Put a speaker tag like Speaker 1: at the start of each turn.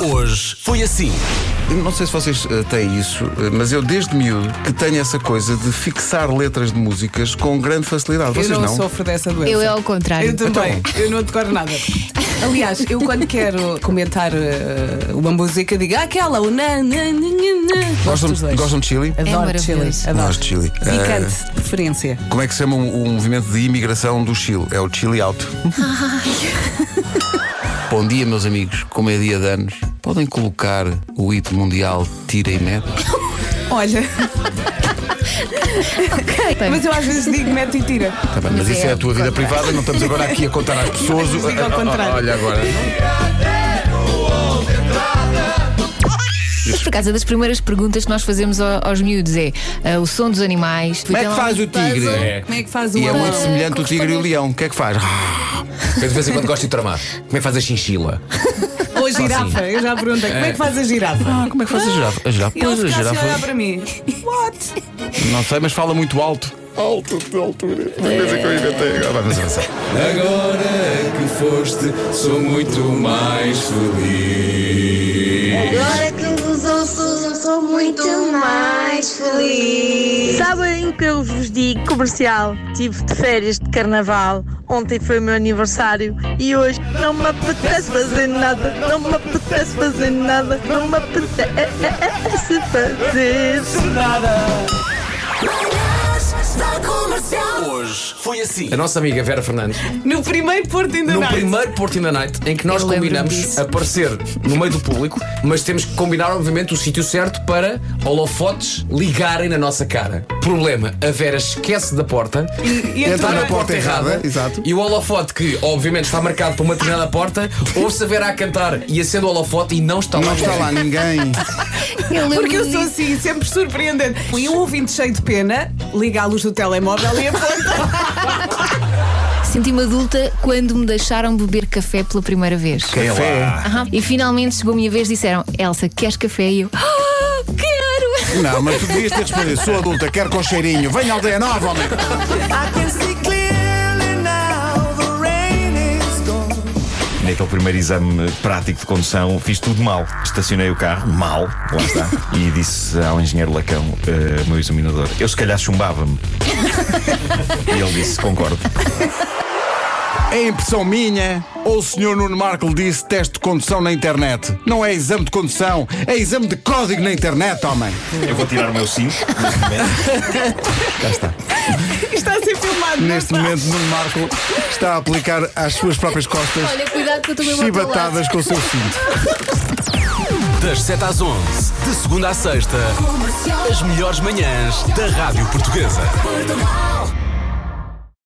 Speaker 1: Hoje foi assim.
Speaker 2: Eu não sei se vocês eh, têm isso, eh, mas eu desde miúdo que tenho essa coisa de fixar letras de músicas com grande facilidade.
Speaker 3: Eu
Speaker 2: vocês
Speaker 3: não,
Speaker 2: não? Então,
Speaker 3: sofro dessa doença.
Speaker 4: Eu é ao contrário.
Speaker 3: Eu também, eu não decoro nada. Aliás, eu quando quero comentar eh, uma música, digo "Ah, aquela, o na, na, na, na, na.
Speaker 2: Gostam,
Speaker 3: dos dois.
Speaker 2: gostam de Chile?
Speaker 3: Adoro
Speaker 4: É
Speaker 3: chili.
Speaker 4: maravilhoso.
Speaker 3: Adoro
Speaker 2: Gosto de chili. Eh,
Speaker 3: Picante, de preferência.
Speaker 2: Como é que se chama o, o movimento de imigração do Chile? É o Chile Out. Bom dia, meus amigos. Como é dia de anos, podem colocar o hito mundial Tira e Mete?
Speaker 3: Olha,
Speaker 4: Tem.
Speaker 3: mas eu às vezes digo mete e tira.
Speaker 2: Tá bem, mas,
Speaker 4: Mas
Speaker 2: isso é,
Speaker 4: é
Speaker 2: a tua vida privada, não estamos agora aqui a contar às pessoas.
Speaker 3: Mas diga ao contrário.
Speaker 2: Olha agora.
Speaker 4: Por causa das primeiras perguntas que nós fazemos ao- aos miúdos é ah, o som dos animais. Então,
Speaker 2: Como é que faz o tigre?
Speaker 3: Como é que faz o
Speaker 2: E é
Speaker 3: amor?
Speaker 2: muito semelhante o tigre e o leão. O que é que faz?
Speaker 1: Eu de vez em quando gosto de tramar. Como é que faz a chinchila?
Speaker 3: Ou a girafa, eu já perguntei. Como é que faz a girafa?
Speaker 2: Ah, como é que faz a girafa? A girafa,
Speaker 3: E
Speaker 2: pois,
Speaker 3: ele
Speaker 2: a
Speaker 3: fica assim a olhar
Speaker 2: girafa.
Speaker 3: para mim. What?
Speaker 2: Não sei, mas fala muito alto. Alto de altura. Uma coisa que eu inventei agora. Vamos avançar.
Speaker 5: Agora que foste, sou muito mais feliz.
Speaker 6: Agora que vos ouço, eu sou muito mais feliz.
Speaker 7: Sabem o que eu vos digo? Comercial. Tive de férias de carnaval. Ontem foi o meu aniversário e hoje não me apetece fazer nada. Não me apetece fazer nada. Não me eh, apetece fazer
Speaker 1: Hoje foi assim. A nossa amiga Vera Fernandes,
Speaker 3: No primeiro Porto ainda
Speaker 1: no
Speaker 3: não.
Speaker 1: primeiro Porto in the Night, em que nós
Speaker 4: Eu lembro-me
Speaker 1: combinamos
Speaker 4: disso.
Speaker 1: aparecer no meio do público, mas temos que combinar, obviamente, o sítio certo para holofotes ligarem na nossa cara. Problema: a Vera esquece da porta,
Speaker 3: e então,
Speaker 1: Então,
Speaker 3: é? entra na
Speaker 2: porta errada, exato.
Speaker 1: e o holofote, que obviamente está marcado por uma determinada porta, ouve-se a Vera a cantar e acende o holofote e não está lá.
Speaker 2: Não está lá ninguém.
Speaker 4: Eu lembro-me
Speaker 3: Porque eu sou
Speaker 4: disso.
Speaker 3: assim, sempre surpreendente. E um ouvinte cheio de pena liga a luz do telemóvel e aponta. assim.
Speaker 4: Senti-me adulta quando me deixaram beber café pela primeira vez.
Speaker 2: Café.
Speaker 4: Aham. E finalmente chegou a minha vez disseram: Elsa, queres café? E eu: "Ah, Quero!
Speaker 2: Não, mas tu devias ter respondido. Sou adulta, quero com cheirinho. Venha aldeia nova, homem.
Speaker 8: Naquele primeiro exame prático de condução, fiz tudo mal. Estacionei o carro, mal, lá está. E disse ao engenheiro Lacão, eh, meu examinador, eu se calhar chumbava-me. e ele disse, concordo.
Speaker 2: É impressão minha ou o senhor Nuno Marco lhe disse teste de condução na internet? Não é exame de condução, é exame de código na internet, homem.
Speaker 8: Eu vou tirar o meu cinto. neste momento.
Speaker 3: Isto está a ser filmado. não
Speaker 2: Neste
Speaker 3: está?
Speaker 2: momento, Nuno Marco está a aplicar às suas próprias costas
Speaker 4: Olha, cuidado que eu também vou ao teu lado.
Speaker 2: chibatadas com o seu cinto.
Speaker 9: Das 7 às 11, de segunda à sexta, as melhores manhãs da Rádio Portuguesa.